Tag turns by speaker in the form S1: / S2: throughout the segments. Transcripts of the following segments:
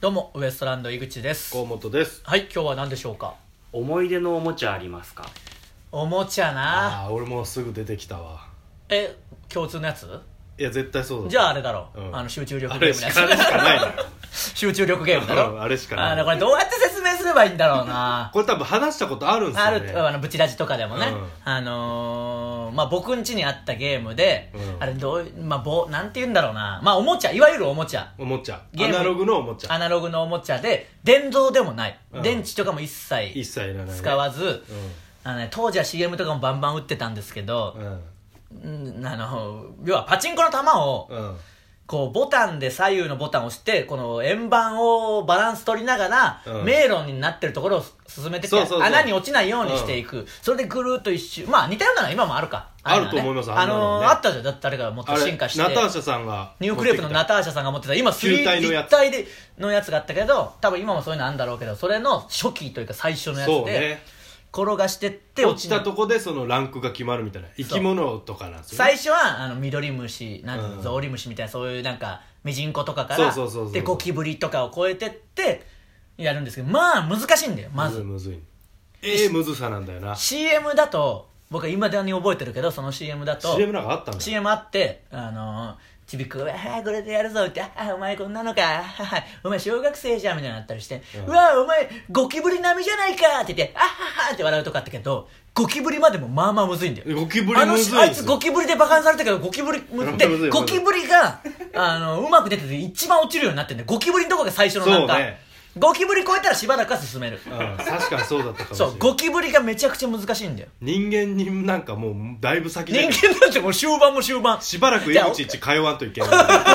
S1: どうもウエストランド井口です
S2: 河本です
S1: はい今日は何でしょうか
S3: 思い出のおもちゃありますか
S1: おもちゃな
S2: ああー俺もうすぐ出てきたわ
S1: え共通のやつ
S2: いや絶対そうだ
S1: じゃああれだろ、
S2: うん
S1: あの集中力
S2: あ
S1: ゲ
S2: れ
S1: ーム
S2: し
S1: のや
S2: かあれしかないのよ
S1: つ 集中力ゲームだ
S2: う
S1: ろ
S2: んあれしかない
S1: あのこれどうやって説明すればいいんだろう な
S2: これ多分話したことあるんです
S1: あ
S2: よ
S1: る
S2: ね
S1: あのブチラジとかでもね、
S2: うん
S1: あのーまあ、僕ん家にあったゲームで、
S2: うん
S1: あれどう、まあ、ぼなんて言うんだろうな、まあ、おもちゃいわゆるおもちゃ
S2: おもちゃ
S1: ゲー
S2: ア
S1: ム
S2: ナログのおもちゃ
S1: アナログのおもちゃで電動でもない、
S2: うん
S1: 電池とかも一切
S2: 一切いらないね
S1: 使わず、あのね、当時は CM とかもバンバン打ってたんですけど
S2: う、ん
S1: うんあの要はパチンコの玉を
S2: うんうん
S1: こうボタンで左右のボタンを押してこの円盤をバランス取りながら、
S2: うん
S1: 迷路になってるところを進めてって
S2: そうそうそう
S1: 穴に落ちないようにしていく、それでぐるーっと一周まあ似たようなのは今もあるか
S2: あると思います
S1: あ
S2: あんな
S1: の
S2: のね
S1: あったじゃんだって誰かがもっ
S2: あ
S1: と
S2: れ
S1: 進化して
S2: ナターシャさんが
S1: ニュークレープのナターシャさんが持ってた今3
S2: 球体のやつ
S1: 立体でのやつがあったけど多分今もそういうのあるんだろうけどそれの初期というか最初のやつ
S2: そう
S1: で、
S2: ね
S1: 転がしてって
S2: 落ちた
S1: ない
S2: とこでそのランクが決まるみたいな生き物とかなんですよね
S1: 最初はあの緑虫なんて、う、
S2: うんん
S1: ゾウリムシみたいなそういうなんかミジンコとかから
S2: そうそうそうそう
S1: でゴキブリとかを超えてってやるんですけどまあ難しいんだよまず、
S2: むずいむずいええむずさなんだよな
S1: CM だと僕はいまだに覚えてるけどその CM だと
S2: CM なんかあったんだ
S1: CM あってあのーちびっこが「ああこれでやるぞ」って「ああお前こんなのかああお前小学生じゃん」みたいになのあったりして「う
S2: うん
S1: わあお前ゴキブリ並みじゃないか」って言って「あはは」って笑うとかあったけどゴキブリまでもまあまあむずいんだよ
S2: ゴキブ
S1: あ
S2: リ
S1: の
S2: む
S1: し
S2: ずいんですよ
S1: あいつゴキブリでバカにされたけどゴキブリむ
S2: むずいむず
S1: で
S2: い
S1: ゴキブリがあのうまく出てて一番落ちるようになってんだよゴキブリのとこが最初のなんか、
S2: そうね
S1: ゴキブリ超えたらしばらくは進める
S2: うん確かにそうだったかもしれ
S1: そ
S2: な
S1: う
S2: い
S1: ゴキブリがめちゃくちゃ難しいんだよ
S2: 人間になんかもうだいぶ先
S1: 人
S2: じゃん
S1: 間なんてもう終盤も終盤
S2: しばらく井口一通わんといけ ない
S1: なるね。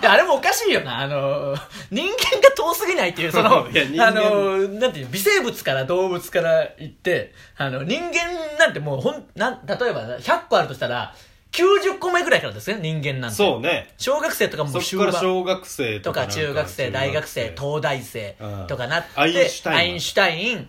S1: であれもおかしいよな。あの、人間が遠すぎないっていう、その、あ
S2: いや人間
S1: の、なんていう、微生物から動物から行って、あの、人間なんてもうほん、なん、例えば100個あるとしたら、90個目ぐらいからですね、人間なんて。
S2: そうね
S1: 小学生とかもう
S2: そ
S1: 終
S2: こか
S1: 盤
S2: ら小学生
S1: と
S2: とか
S1: か中学生、大学生、
S2: と
S1: 東大生
S2: うん
S1: とかなって、
S2: アインシュタイン
S1: アインシュタイン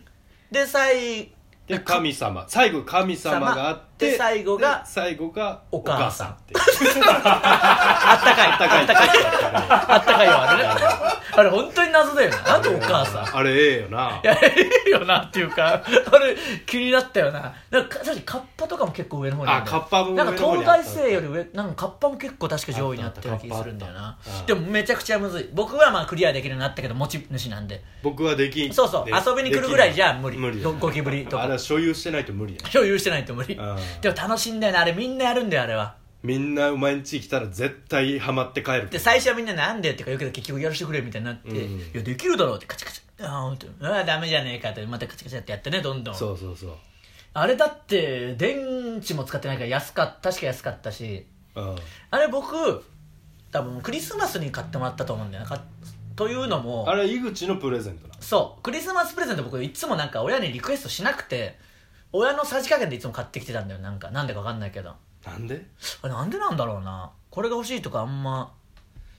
S1: で、最、
S2: で神様最後神様があって
S1: で最後が
S2: で最後が
S1: お母さん
S2: お母 さんっていう
S1: あったかい、あ
S2: 高い
S1: ったかい、
S2: 高い
S1: あったかいよ、あ れね。あれ本当に謎だよな。なんでお母さん
S2: あれええよない
S1: や、いいよなっていうか、 あれ、気になったよな。なんか、確かにカッパとかも結構上の方にるんだよ
S2: あカッパも上の
S1: な
S2: 方に
S1: んか東大生より上、なんかカッパも結構確か上位にあったような気がするんだよな
S2: あったあっ。た
S1: でもめちゃくちゃむずい。僕はまあクリアできるようになったけど、持ち主なんで。
S2: 僕はできん
S1: そうそう、
S2: で
S1: 遊びに来るぐらいじゃ
S2: でき
S1: 無
S2: な
S1: 理。
S2: い無理
S1: ゴキブリと
S2: あれ
S1: か。
S2: は所有してないと無理や
S1: 所有してないと無理
S2: うん。
S1: でも楽しいんだよな、あれみんなやるんだよ、あれは。
S2: みんなお前んち来たら絶対ハマって帰る
S1: で最初はみんななんでって言うけど結局やらせてくれみたいになって、
S2: うん
S1: いやできるだろうってカチャカチャあーほんとあーダメじゃねえかってまたカチャカチャってやってねどんどん
S2: そうそうそう
S1: あれだって電池も使ってないから安かった確か安かったし
S2: うん
S1: あれ僕多分クリスマスに買ってもらったと思うんだよなかというのも
S2: あれ井口のプレゼントな
S1: そうクリスマスプレゼント僕いつもなんか親にリクエストしなくて親のさじ加減でいつも買ってきてたんだよなんかなんでか分かんないけど
S2: なんで
S1: あれなんでなんだろうなこれが欲しいとかあんま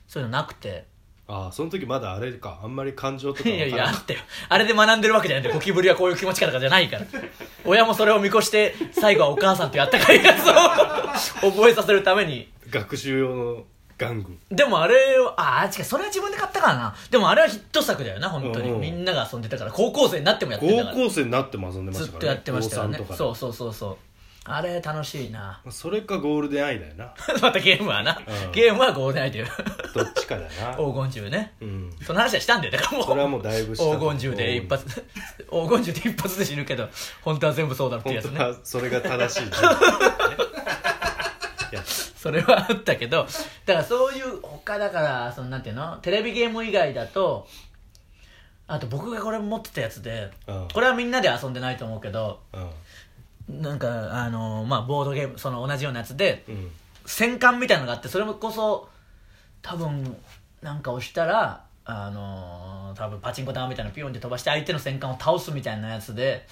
S1: そういうのなくて
S2: ああその時まだあれかあんまり感情と
S1: い
S2: かわか
S1: やい
S2: らな
S1: やあってよあれで学んでるわけじゃないんでゴキブリはこういう気持ちからとかじゃないから親もそれを見越して最後はお母さんっていうあったかいやつを 覚えさせるために
S2: 学習用の玩具
S1: でもあれはあー違うそれは自分で買ったからなでもあれはヒット作だよな本当に、
S2: うんうん
S1: みんなが遊んでたから高校生になってもやってた
S2: 高
S1: から
S2: 校生になっても遊んでまし
S1: ず
S2: た
S1: っ
S2: か
S1: とや
S2: ら、ね、
S1: ってましたからね
S2: 高三とかで
S1: そうそうそうそうあれ楽しいな
S2: まあそれかゴールデンアイだよな
S1: またゲームはな、
S2: うん
S1: ゲームはゴールデンアイという
S2: どっちかだよ な
S1: 黄金銃ね
S2: うん
S1: その話はしたんだよだからもう
S2: それはもうだいぶした
S1: 黄金銃で一発 黄金銃で一発で死ぬけど本当は全部そうだろっていうやつ
S2: 本当
S1: ね
S2: はそれが正 しい順番だねいや
S1: それはあったけどだからそういう他だからそのなんていうのテレビゲーム以外だとあと僕がこれ持ってたやつで、
S2: うん
S1: これはみんなで遊んでないと思うけど
S2: うん
S1: なんかあのまあボードゲームその同じようなやつで
S2: うん
S1: 戦艦みたいなのがあってそれこそ多分なんか押したらあの多分パチンコ玉みたいなのピヨンって飛ばして相手の戦艦を倒すみたいなやつで、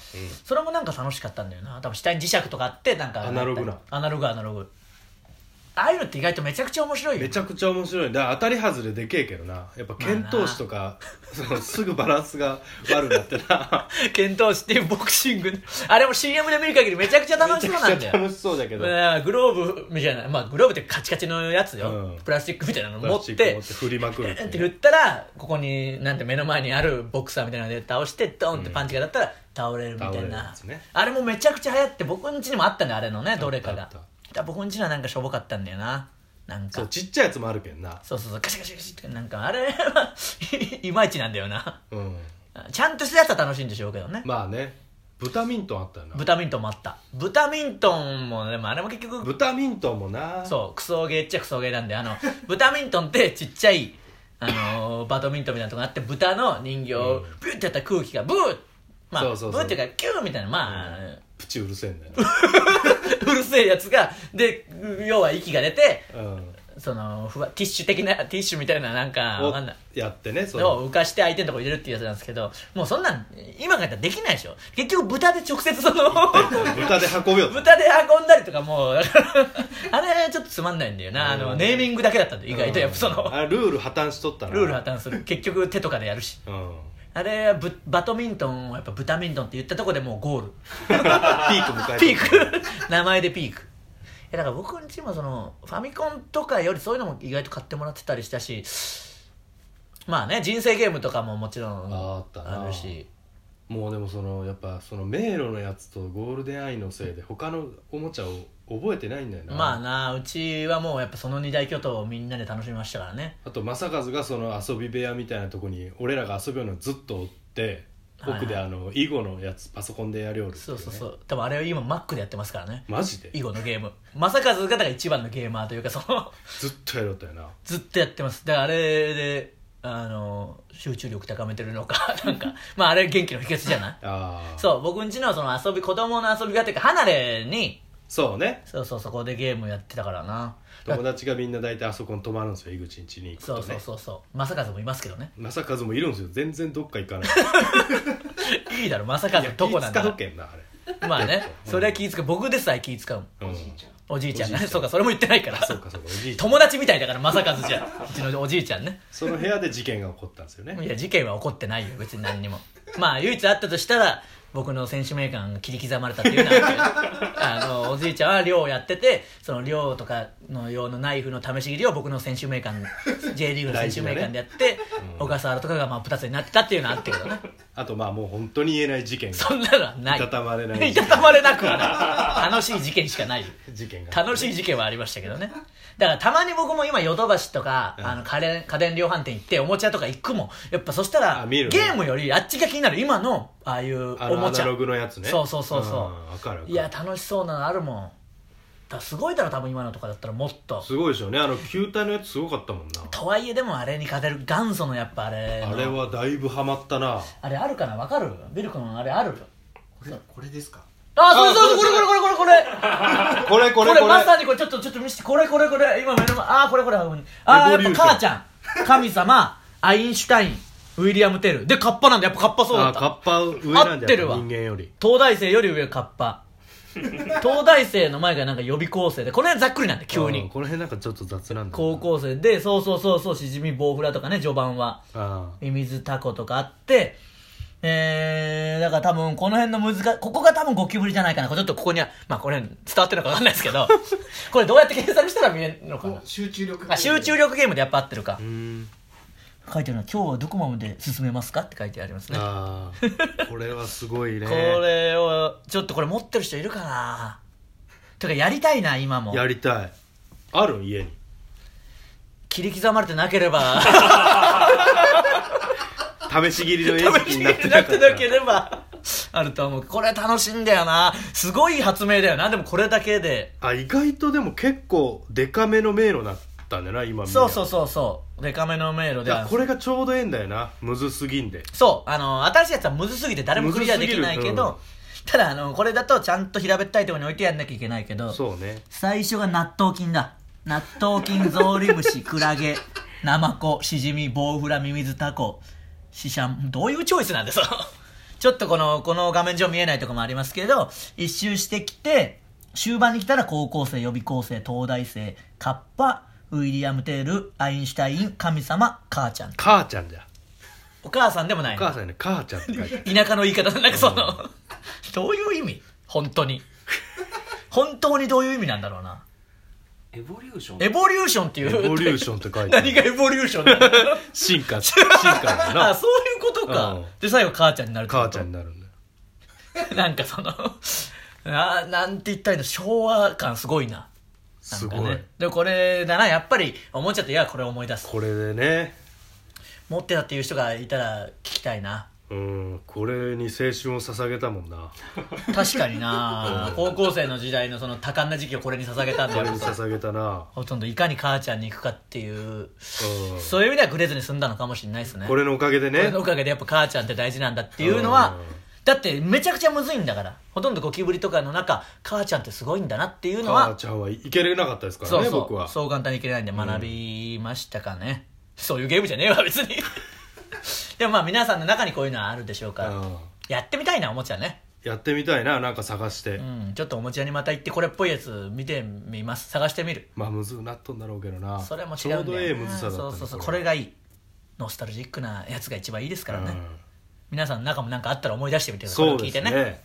S1: それもなんか楽しかったんだよな多分下に磁石とかあってなんか
S2: アナログな
S1: アナログアナログああいうのって意外とめちゃくちゃ面白いよ
S2: めちゃくちゃ面白いだから当たり外れでけえけどなやっぱ剣闘士とか、そのすぐバランスが悪くなってな
S1: 剣闘士っていうボクシングあれも CM で見る限りめちゃくちゃ楽し そうなん
S2: めち
S1: だ
S2: ゃくちゃ
S1: よ
S2: 楽しそうだけど、
S1: まあグローブみたいな、まあ、グローブってカチカチのやつよ、
S2: うん
S1: プラスチックみたいなの
S2: プラ
S1: 持
S2: ス
S1: っ
S2: チ
S1: て
S2: ック持って振りまくる
S1: えーって振ったらここになんて目の前にあるボクサーみたいなので倒してドンってパンチが当たったら倒れるみた
S2: 倒れ
S1: い
S2: るや
S1: な
S2: つ、ね
S1: あれもめちゃくちゃ流行って僕ん家にもあったねあれのねどれか
S2: あっ
S1: が
S2: たあっ
S1: だ僕ん家のはなんかしょぼかったんだよななん
S2: そ
S1: か
S2: うちっちゃいやつもあるけんな
S1: そうそうそうカシャカシャカシャってなんかあれ はいまいちなんだよな
S2: うん
S1: ちゃんとしたやつは楽しいんでしょうけどね
S2: まあね豚ミントンあったよな
S1: ブタミントンもあったブタミントンもでもあれも結局
S2: 豚ミントンもな
S1: そうクソゲーっちゃクソゲーなんで あの豚ミントンってちっちゃい、あのーバドミントンみたいなとこがあって豚の人形をビュッてやったら空気がブーまあ
S2: そうそうそう
S1: ブーっていうかキューみたいなまあ、
S2: プチうるせえん だよ、
S1: うるせえやつがで要は息が出て
S2: うん、
S1: そのふわティッシュ的なティッシュみたいななんかわかんない
S2: をやってねそ
S1: のを浮かして相手のとこ入れるっていうやつなんですけどもうそんなん今からできないでしょ結局豚で直接そ の
S2: 豚で運べよ
S1: 豚で運んだりとかもうだからあれちょっとつまんないんだよな、
S2: うん
S1: あのネーミングだけだったんで意外とやっぱその、
S2: あれルール破綻しとったな
S1: ルール破綻す る結局手とかでやるし
S2: 綻うん
S1: あれはぶバドミントンをやっぱブタミントンって言ったとこでもうゴール
S2: ピーク迎え
S1: ピー
S2: ク
S1: ク 名前でピークいやだから僕んちもそのファミコンとかよりそういうのも意外と買ってもらってたりしたしまあね人生ゲームとかももちろん
S2: ああったな
S1: あるし
S2: もうでもそのやっぱその迷路のやつとゴールデンアイのせいで他のおもちゃを覚えてないんだよな
S1: まあなうちはもうやっぱその二大巨頭をみんなで楽しみましたからね
S2: あと正和がその遊び部屋みたいなとこに俺らが遊ぶのをずっと追って
S1: はいはい
S2: 奥であの囲碁のやつパソコンでやりおるってい
S1: そうそうそう
S2: ね
S1: う多分あれは今 Mac でやってますからね
S2: マジで
S1: 囲碁のゲーム正和がだから一番のゲーマーというかその
S2: ずっとやろうったよな
S1: ずっとやってますだからあれであの集中力高めてるのか なんかまああれ元気の秘訣じゃない
S2: ああ
S1: そう僕んちのその遊び子供の遊びがていうか離れに
S2: そうね
S1: そうそうそこでゲームやってたからな
S2: 友達がみんな大体あそこに泊まるんですよ井口ん家に行くと
S1: そ
S2: ね
S1: うそうそうそう正和もいますけどね
S2: 正和もいるんですよ全然どっか行 かない
S1: いいだろ正和どこなんだ
S2: いや気使
S1: か
S2: うけんなあれ
S1: らまあねそれは気使う僕でさえ気使うもん
S2: う
S1: お
S2: ん
S1: じいちゃんが
S2: おじいちゃん
S1: そうかそれも言ってないから
S2: そうかそうかおじいちゃん
S1: 友達みたいだから正和じゃんうちのおじいちゃんね
S2: その部屋で事件が起こったんですよね
S1: いや事件は起こってないよ別に何にもまあ唯一あったとしたら僕の選手名鑑が切り刻まれたっていうのは あのおじいちゃんは漁をやっててその漁とかの用のナイフの試し切りを僕の選手名鑑 J リーグの選手名鑑でやって、小笠原とかがまあプタツになってたっていうのはあったけどね
S2: あとまあもう本当に言えない事件が
S1: そんなのはない
S2: いたたまれない
S1: いたたまれなくはない楽しい事件しかないよ
S2: 事件が
S1: 楽しい事件はありましたけどねだからたまに僕も今ヨドバシとか、あの家電家電量販店行っておもちゃとか行くもんやっぱそしたら、
S2: あ見るね
S1: ゲームよりあっちが気になる今のああいう
S2: あ
S1: お
S2: の
S1: も
S2: ア
S1: ちゃ
S2: ナログのやつね
S1: そうそうそうそ
S2: んわかるわか
S1: う
S2: る
S1: いや楽しそうなのあるもんだからすごいだろ多分今のとかだったらもっと
S2: すごいでしょうねあの球体のやつすごかったもんな
S1: とはいえで もあれに勝てる元祖のやっぱあれの
S2: あれはだいぶハマっ たな
S1: あれあるかなわかるビル君あれある
S4: これこれですか
S1: あそうそうそうこれこれこれこれこれ
S2: これこ
S1: こ
S2: れ
S1: れ
S2: これ
S1: まさにこれちょっとちょっと見せてこれこれこれ今目の前ああこれこれああ
S2: レボ
S1: や
S2: リュ
S1: っ
S2: ーション
S1: ぱ母ちゃん神様 アインシュタインウィリアム・テルでカッパなんだやっぱカッパそうだ
S2: あ
S1: っ
S2: カ
S1: た
S2: ッパ上な
S1: 合
S2: ん
S1: っ
S2: だ
S1: てる
S2: よ
S1: わ
S2: 人間より
S1: 東大生より上カッパ東大生の前がなんか予備校生でこの辺ざっくりなんだ急
S2: うん
S1: に
S2: この辺なんかちょっと雑なんだ
S1: 高校生でそうそうそうそうしじみ棒フラとかね序盤は
S2: あ
S1: ミミズタコとかあってえー、だから多分この辺の難しここが多分ゴキブリじゃないかなこれちょっとここにはまあこれ伝わってるのか分かんないですけど これどうやって検索したら見えるのかな
S4: 集中力
S1: あ集
S4: 力
S1: 中力ゲームでやっぱ合ってるか
S2: あうーん
S1: 書いてるのは「今日はどこまで進めますか?」って書いてありますね
S2: あ あこれはすごいね
S1: これをちょっとこれ持ってる人いるかなてかやりたいな今も
S2: やりたいある家に
S1: 切り刻まれてなけれ ば
S2: 試し切りの餌食にな
S1: な
S2: っ
S1: ってて
S2: なかった
S1: なければあると思うこれ楽しいんだよなすごい発明だよなでもこれだけで
S2: あ意外とでも結構デカめの迷路だったんだよな今見りゃ
S1: そうそうそうそうデカめの迷路
S2: い
S1: で
S2: や
S1: は
S2: これがちょうどええんだよなむずすぎんで
S1: そうあの新しいやつはむずすぎて誰もクリアできないけど
S2: む、
S1: ただあのこれだとちゃんと平べったいところに置いてやんなきゃいけないけど
S2: そうね
S1: 最初が納豆菌だ納豆菌ゾウリムシクラゲナマコシジミボウフラミミズタコシシャンどういうチョイスなんです かちょっとこのこの画面上見えないとこもありますけど一周してきて終盤に来たら高校生予備校生東大生カッパウィリアム・テールアインシュタイン神様母ちゃん
S2: 母ちゃんじゃ
S1: お母さんでもない
S2: お
S1: の
S2: 母さんね母ちゃんって書い てある
S1: 田舎の言い方なんかその どういう意味本当に本当にどういう意味なんだろうな
S3: エボリューション
S1: エボリューションっていう
S2: エボリューションって書いてあ
S1: 何
S2: る
S1: がエボリューションなの
S2: 進化 進化だ
S1: あ
S2: な
S1: そういうことか、
S2: うん
S1: で最後母ちゃんになるってこと
S2: 母ちゃんになるんだよ
S1: なんかその ななんて言ったらいいの昭和感すごいななん
S2: す
S1: か
S2: ご
S1: ね
S2: い
S1: でこれならやっぱりおもちゃといえばこれを思い出す
S2: これでね
S1: 持ってたっていう人がいたら聞きたいな
S2: うんこれに青春を捧げたもんな
S1: 確かに な高校生の時代のその多感な時期をこれに捧げたんだ
S2: これ
S1: よ
S2: に捧げたな
S1: ほとんどいかに母ちゃんに行くかっていう
S2: うん
S1: そういう意味ではグレずに済んだのかもしれないですね
S2: これのおかげで
S1: これ
S2: ね
S1: のおかげでやっぱ母ちゃんって大事なんだっていうのは
S2: うん
S1: だってめちゃくちゃむずいんだからほとんどゴキブリとかの中母ちゃんってすごいんだなっていうの
S2: 母
S1: は
S2: ちゃんはいけれなかったですから
S1: そう
S2: ね
S1: そう
S2: 僕は
S1: そう簡単にいけないんで学びましたかね、そういうゲームじゃねえわ別 にでもまあ皆さんの中にこういうのはあるでしょうから、
S2: うん
S1: やってみたいなおもちゃね
S2: やってみたいななんか探して
S1: うんちょっとおもちゃにまた行ってこれっぽいやつ見てみます探してみる
S2: まあむずうなっとんだろうけどな
S1: それも
S2: ち
S1: 違う
S2: ょうん
S1: だよ
S2: ど
S1: な
S2: ええむずさだった
S1: そ
S2: ね
S1: うそうそうこれがいいノスタルジックなやつが一番いいですからね、
S2: うん
S1: 皆さんの中もなんかあったら思い出してみてください
S2: そう
S1: 聞
S2: で
S1: いて
S2: す
S1: ね
S2: ね